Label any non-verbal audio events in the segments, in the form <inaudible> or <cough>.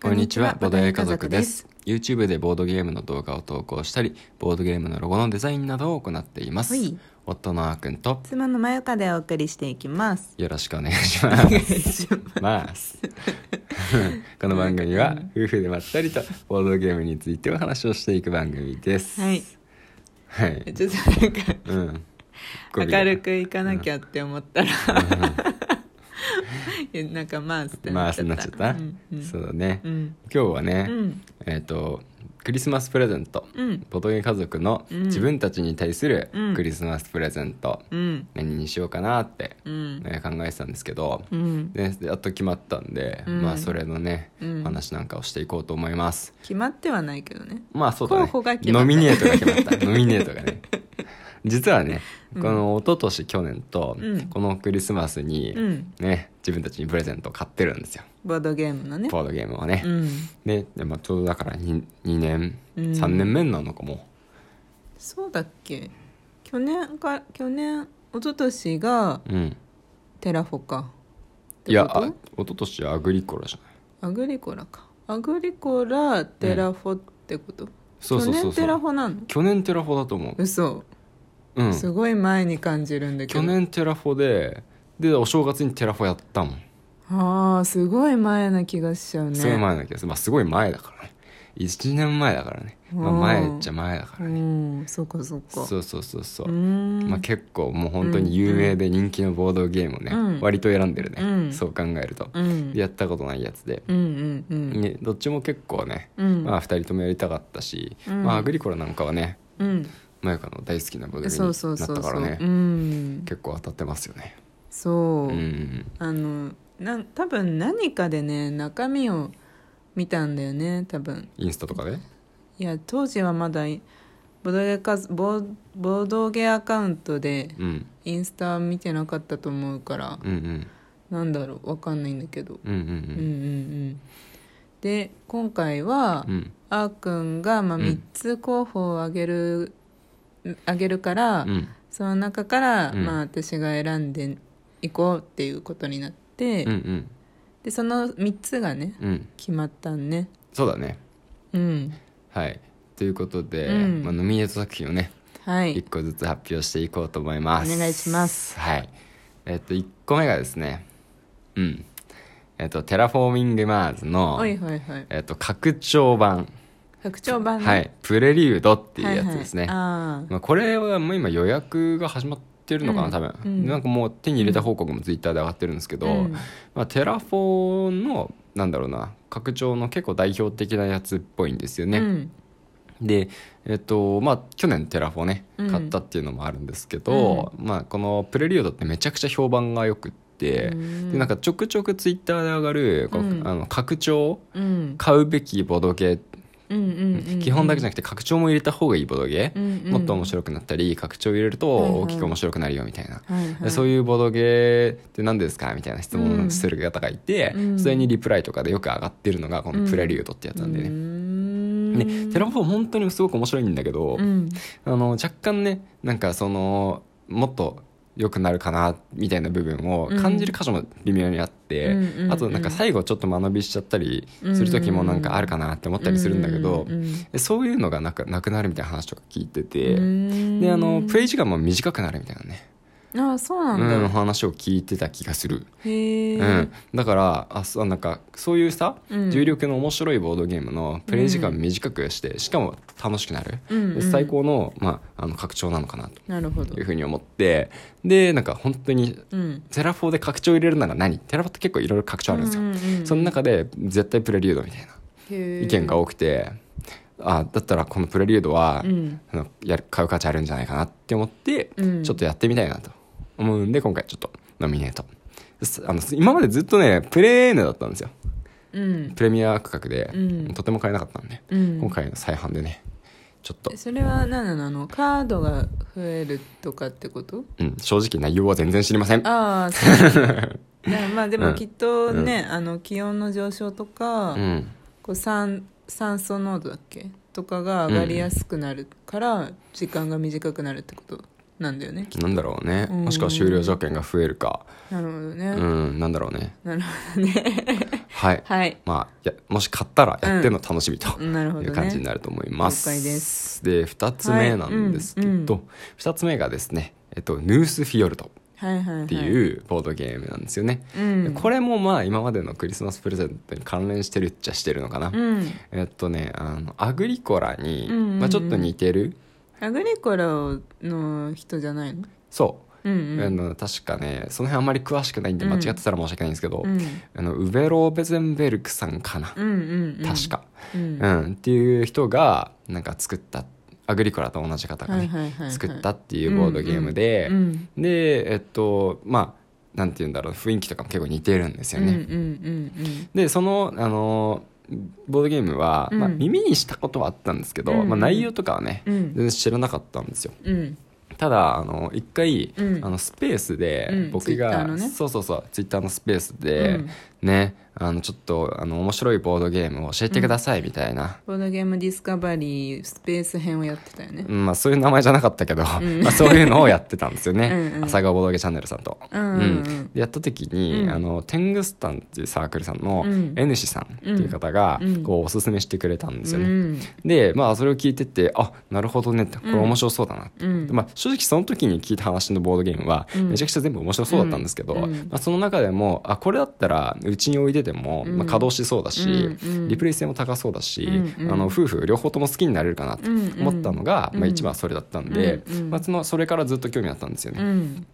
こんにちは、ボードゲー家族です。。YouTube でボードゲームの動画を投稿したり、ボードゲームのロゴのデザインなどを行っています。はい夫のあーくんと、妻のまゆかでお送りしていきます。よろしくお願いします。はます <laughs> この番組は、夫婦でまったりとボードゲームについてお話をしていく番組です。い。はい。ちょっとなんか、うん。明るくいかなきゃって思ったら、いやなんかまあ、ってまなっあ、ちそうゃなっ。っちゃったたうん。うんそうだねう。ん。今日はね、うん。えっ、とクリスマスプレゼント、うんボトゲ家族のうん自分たちに対するうんクリスマスプレゼント、うん。何にしようかなって、うん。ね考えてたんですけど、うん。でやっと決まったんで、うんまあそれのね、うんお話なんかをしていこうと思います決まってはないけどね。まあそうだね候補が決まノったミネートが決ま <laughs> ったノミネートがね実はねこの一昨年去年と、うんこのクリスマスに、うん。ね自分たちにプレゼントを買ってるんですよボードゲームのね。ボードゲームをね、うん。ねでまあ、ちょうどだから 2, 2年、うん3年目になるのかもそうだっけ去年か、去年、一昨年がうんテラフォか。いやってことあ一昨年はアグリコラじゃないアグリコラかアグリコラテラフォってこと、そう去そうそうそう年テラフォなの去年テラフォだと思う嘘、うんすごい前に感じるんだけど去年テラフォででお正月にテラフォやったもん、ああすごい前な気がしちゃうねすごい前な気がする、まあ、すごい前だからね1年前だからね、まあ、うん前っちゃ前だからねうんそうかそうかそうそうそうそうーうんまあ、結構もう本当に有名で人気のボードゲームをね、うん割と選んでるね、うんそう考えると、うんやったことないやつで、うんうんうんね、どっちも結構ねうんまあ、2人ともやりたかったし、うんまあ、アグリコラなんかはねうんマユカの大好きなボデそうそうィになそっうたそかう、らねうん結構当たってますよねそう、うんあのなん多分何かでね中身を見たんだよね多分インスタとかでいや当時はまだいボードゲかボーボードゲアカウントでうんインスタ見てなかったと思うから、うんうんなんだろうわかんないんだけど、うんううん、うんんうんで今回は、うんうんあーくんが、まあ、うん3つ候補をあげる、あげるから、うんその中から、うんまあ、私が選んでいこうっていうことになって、うんうんでその3つがねうん決まったんねそうだねうんはいということで、うんまあ、ノミネート作品をねはい1個ずつ発表していこうと思いますお願いしますはいえっと1個目がですねうんえっとテラフォーミングマーズのはいはいはいえっと拡張版拡張版ねはいプレリュードっていうやつですはね、いはい、ああまあ、これはもう今予約が始まってるのかな、うん多分、うんなんかもう手に入れた報告もツイッターで上がってるんですけど、うんまあ、テラフォのなんだろうな拡張の結構代表的なやつっぽいんですようね、んでえっとまあ去年テラフォねうん買ったっていうのもあるんですけど、まあ、このプレリオドってめちゃくちゃ評判がよくっうて、んでなんかちょくちょくツイッターで上がるこう、うんあの拡張うん買うべきボドゲ、うんうんうん基本だけじゃなくて拡張も入れた方がいいボドゲ、うんうんもっと面白くなったり拡張を入れるとはいはい大きく面白くなるよみたいな、はいはい、でそういいうボードゲーって何ですかみたいな質問をする方がいて、うんそれにリプライとかでよく上がってるのがこのプレリュードってやつなんでね、ねでテラフォーム本当にすごく面白いんだけど、うんあの若干ねなんかそのもっと良くなるかなみたいな部分を感じる箇所も微妙にあって、うんうんうんあとなんか最後ちょっと間延びしちゃったりする時もなんかあるかなって思ったりするんだけど、うんうんでそういうのがなくなくなるみたいな話とか聞いてて、うんであのプレイ時間も短くなるみたいなね、あそううなんだ、ん、話を聞いてた気がする、へえ、うん、だからあそうなんかそういうさ、うん重量級の面白いボードゲームのプレイ時間を短くしてしかも楽しくなる、うんうん最高の,、まあ、あの拡張なのかななるほどというふうに思ってでなんか本当にうんテラフォーで拡張入れるなら何テラフォって結構いろいろ拡張あるんですよ、うんうんうんその中で絶対プレリュードみたいな意意見が多くて、あだったらこのプレリュードは、うんあのやる買う価値あるんじゃないかなって思って、うんちょっとやってみたいなと思うんで今回ちょっとノミネートすあの今までずっとねプレーヌだったんですようんプレミア価格で、うんとても買えなかったんで、うん今回の再販でねちょっと、それは何なのあのカードが増えるとかってことうん、正直内容は全然知りませんああそう <laughs> だからまあでうもんきっとね、あの気温の上昇とか、うんこう酸酸素濃度だっけとかが上がりやすくなるから時間が短くなるってことなんだよね、なんだろうねうんもしくは終了条件が増えるかなるほどね、うんなんだろうねなるほどねはい、はいまあやもし買ったらやってんの楽しみとなるほいどう感じにねなると思います。了解ですで2つ目なんですけど、は二いうんうん2つ目がですね、えっと、ヌースフィヨルドはいはいはいっていうボードゲームなんですよね。うんこれもまあ今までのクリスマスプレゼントに関連してるっちゃしてるのかな。うんえっとねあのアグリコラに、うんうんうんまあ、ちょっと似てるアグリコラの人じゃないのそううんうあんの確かねその辺あんまり詳しくないんで間違ってたら申し訳ないんですけど、うんあのウベローベゼンベルクさんかな、うんうんうん確か、うんうんっていう人がなんか作ったアグリコラと同じ方がはね、いはいはいはい作ったっていうボードゲームで、うんでえっとまあなんて言うんだろう雰囲気とかも結構似てるんですうよんうんね。うんでそのあのボードゲームは、まあ、うん耳にしたことはあったんですけど、うんまあ、内容とかはね、うん全然知らなかったんですよ。うんうんただあの一回、うんあのスペースで、うん僕が Twitter、のねそうそうそうツイッターのスペースで、うんねあのちょっとあの面白いボードゲームを教えてくださいみたいな、ボードゲームディスカバリースペース編をやってたよねうんまあ、そういう名前じゃなかったけど、ん <laughs> まあ、そういうのをやってたんですよねうんうん朝顔ボードゲーチャンネルさんと。うんううんんでやった時に、うんあのテングスタンっていうサークルさんのうんエヌシさんっていう方が、うんこうおすすめしてくれたんですうよね。んでまあそれを聞いててあなるほどねってこれ面白そうだなって、うんまあ、正直その時に聞いた話のボードゲームはうんめちゃくちゃ全部面白そうだったんですけど、うんまあ、その中でもあこれだったらうちに置いてても、うんまあ、稼働しそうだし、うんうんリプレイ性も高そうだし、うんうんあの夫婦両方とも好きになれるかなと思ったのが、うんうんまあ、一番はそれだったんで、うんうんまあ、そのそれからずっと興味あったんですよね。うん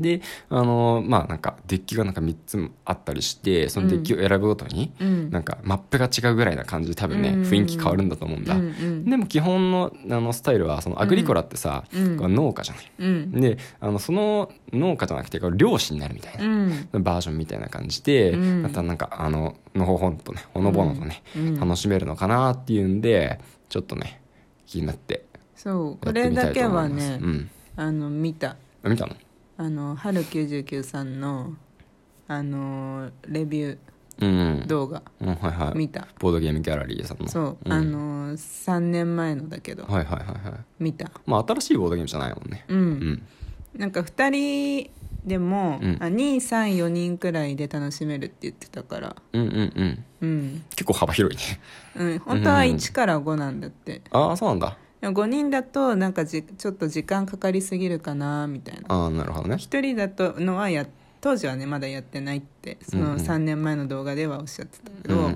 であのまあなんかデッキがなんか3つもあったりしてそのデッキを選ぶごとに、うんなんかマップが違うぐらいな感じで多分ね、うん雰囲気変わるんだと思うんだ。うんうんでも基本のあのスタイルはそのアグリコラってさ、うんこう農家じゃない。うんであのその農家じゃなくてこう漁師になるみたいな、うんバージョンみたいな感じで、うんまたなんかあののほほんとねほのぼのとね、うん楽しめるのかなっていうんでちょっとね気になってそうやこってれみただいけと思はいます。ねうん、あの見たあ見たのあの春99さんのあのレビュうんー動画うんはいはい見たボードゲームギャラリーさんのそう、んあの3年前のだけどはいはいはいはい見たまあ新しいボードゲームじゃないもんねう、うんんなんか2人でも、うんあ234人くらいで楽しめるって言ってたからうんうんうんうん、結構幅広いねうん、本当は1から5なんだって、 <laughs> ああそうなんだでも5人だとなんかじちょっと時間かかりすぎるかなみたいなああなるほどね1人だとのはや当時はねまだやってないってそうんうのん3年前の動画ではおっしゃってたけうど、んうんう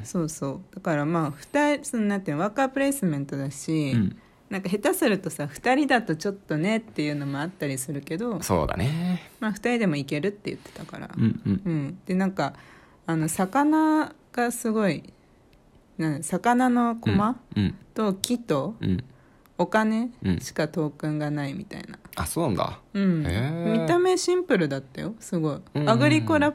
んそうそうだからまあ2人そのなんていうのワーカープレイスメントだし、うんなんか下手するとさ2人だとちょっとねっていうのもあったりするけど、そうだねまあ、2人でもいけるって言ってたから、うんうんうん、でなんかあの魚がすごいなん魚のう駒、んうんと木とうんお金うんしかトークンがないみたいな、あそうなんだうんへー見た目シンプルだったよすごい、うんうんアグリコラ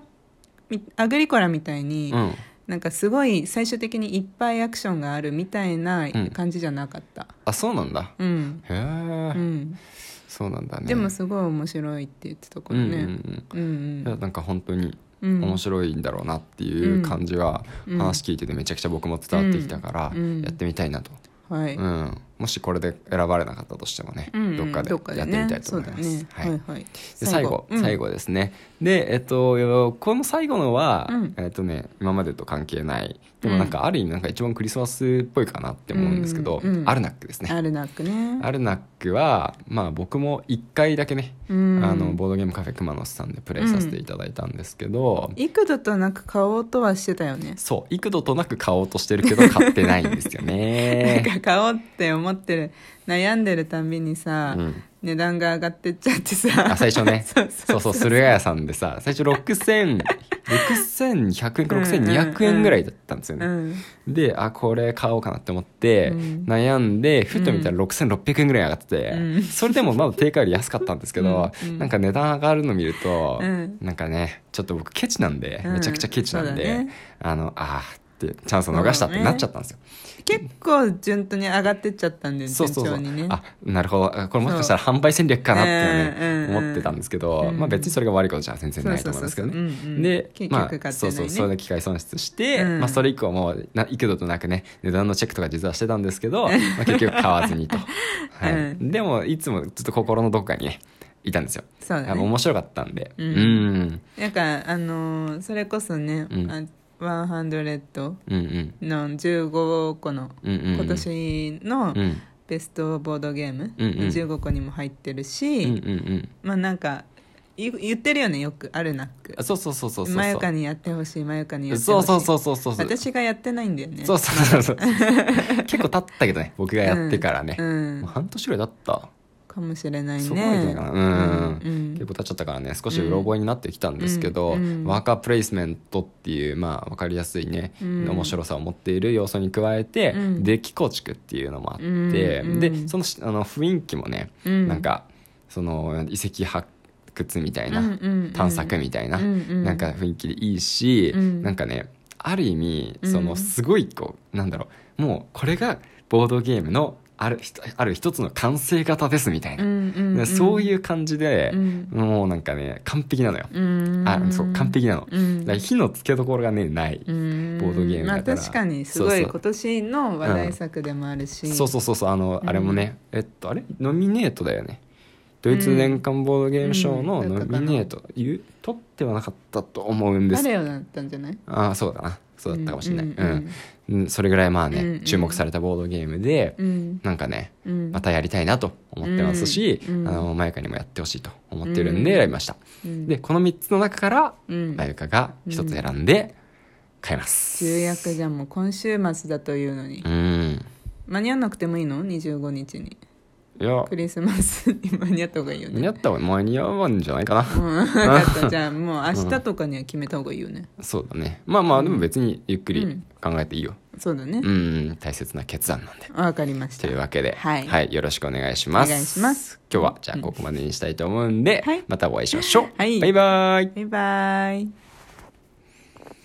みアグリコラみたいに、うんなんかすごい最終的にいっぱいアクションがあるみたいなうん感じじゃなかったあそうなんだうん、へうんえそうなんだねでもすごい面白いって言ってたかうんらうんうねんうんうんいやなんか本当にうん面白いんだろうなっていう感じはうん話聞いててめちゃくちゃ僕も伝わってきたからうんやってみたいなとはい、うん、もしこれで選ばれなかったとしてもね、うんうんどっかでやってみたいと思います。そうだねはいはいはいで最後うん最後ですね、で、えっと、この最後のは、うんえっとね、今までと関係ないでもうんなんかある意味なんか一番クリスマスっぽいかなって思うんですけど、うんうんアルナックですね。アルナックねアルナックは、まあ、僕も1回だけね、うんあのボードゲームカフェ熊野さんでプレイさせていただいたんですけど、幾度となく買おうとはしてたよねそう幾度となく買おうとしてるけど買ってないんです <laughs> よなんね。か買おうって思ってる悩んでるたんびにさ、うん値段が上がってっちゃってさあ最初 <laughs> ねそうそそううそう駿河屋さんでさ最初6000 6200円か6200円ぐらいだったんですようねんであこれ買おうかなって思ってうん悩んでふと見たら6600円ぐらい上がってうんてそれでもまだ定価より安かったんですけどうんうんなんか値段上がるの見るとうんなんかねちょっと僕ケチなんでうんめちゃくちゃケチなんそうだでねあのあーってチャンスを逃したってなっちゃったんですよ結構順当に上がってっちゃったんだよねそう順そうそ調う、にねあなるほどあこれもしかしたら販売戦略かなってね、そううん思ってたんですけど、うんまあ、別にそれが悪いことじゃ全然ないと思うんですけどねそうそうそうそううんうんで結局まあ買ってないねそうそうそれで機会損失して、うんまあ、それ以降もうな幾度となくね値段のチェックとか実はしてたんですけど、まあ、結局買わずに <laughs> と、はいうんでもいつもずっと心のどこかにねいたんですよ、そうやだっぱね面白かったんでうんうんなんかあのーそれこそね、うんあ100うんうんの15個のうんうんうん今年のうんベストボードゲームうんうん15個にも入ってるうんし、うんうんまあなんかい言ってるよねよくあるなくあそうそうそうそうそうまゆかにやってほしいまゆかにやってそほうしいそうそうそうそうそう私がやってないんだよねそうそうそうそう <laughs> 結構経ったけどね僕がやってからね、うんもう半年ぐらい経ったかもしれないねそこまでじゃないかなうん、うんうん結構経っちゃったからね少しうろ覚えになってきたんですけど、うんうんワーカープレイスメントっていうまあ分かりやすいね、うん面白さを持っている要素に加えて、うんデッキ構築っていうのもあって、うんでそのしあの雰囲気もね、うんなんかその遺跡発掘みたいな、うんうんうん探索みたいな、うんうんなんか雰囲気でいいし、うんなんかねある意味うんそのすごいこう、なんだろうもうこれがボードゲームのあるひとある一つの完成型ですみたいな、うんうんでそういうう感じでう、んもうなんかね完璧なのよ、うんあそう完璧なの、うんだから火のつけどころがねない、ボーードゲームだからまあ、確かにすごいそうそう今年の話題作でもあるし、そうそうそうそうあの、うんあれもねえっとあれノミネートだよねドイツ年間ボードゲーム賞のうんノミネート、言う取ってはなかったと思うんです誰よだったんじゃないああそうだなそうだったかもしれない、うんうんうんそれぐらいまあね、うんうん注目されたボードゲームで、うんなんかねうんまたやりたいなと思ってますし、うんうんあのまゆかにもやってほしいと思ってるんうでん選びました、うんでこの3つの中からうんまゆかが1つ選んで買います重役じゃんもう今週末だというのにうん、間に合わなくてもいいの25日にいやクリスマスに間に合った方がいいよ間に合ねった方が間に合わんじゃないかな、うん分かったじゃあもう明日とかには決めた方がいいよね、そうだねまあまあでも別にゆっくうんり考えていいよそうだねうん、大切な決断なんでわかりましたというわけで、はいよろしくお願いしますお願いします今日はじゃあここまでにしたいと思うんで、はいまたお会いしましょう、はいバイバイバイバイ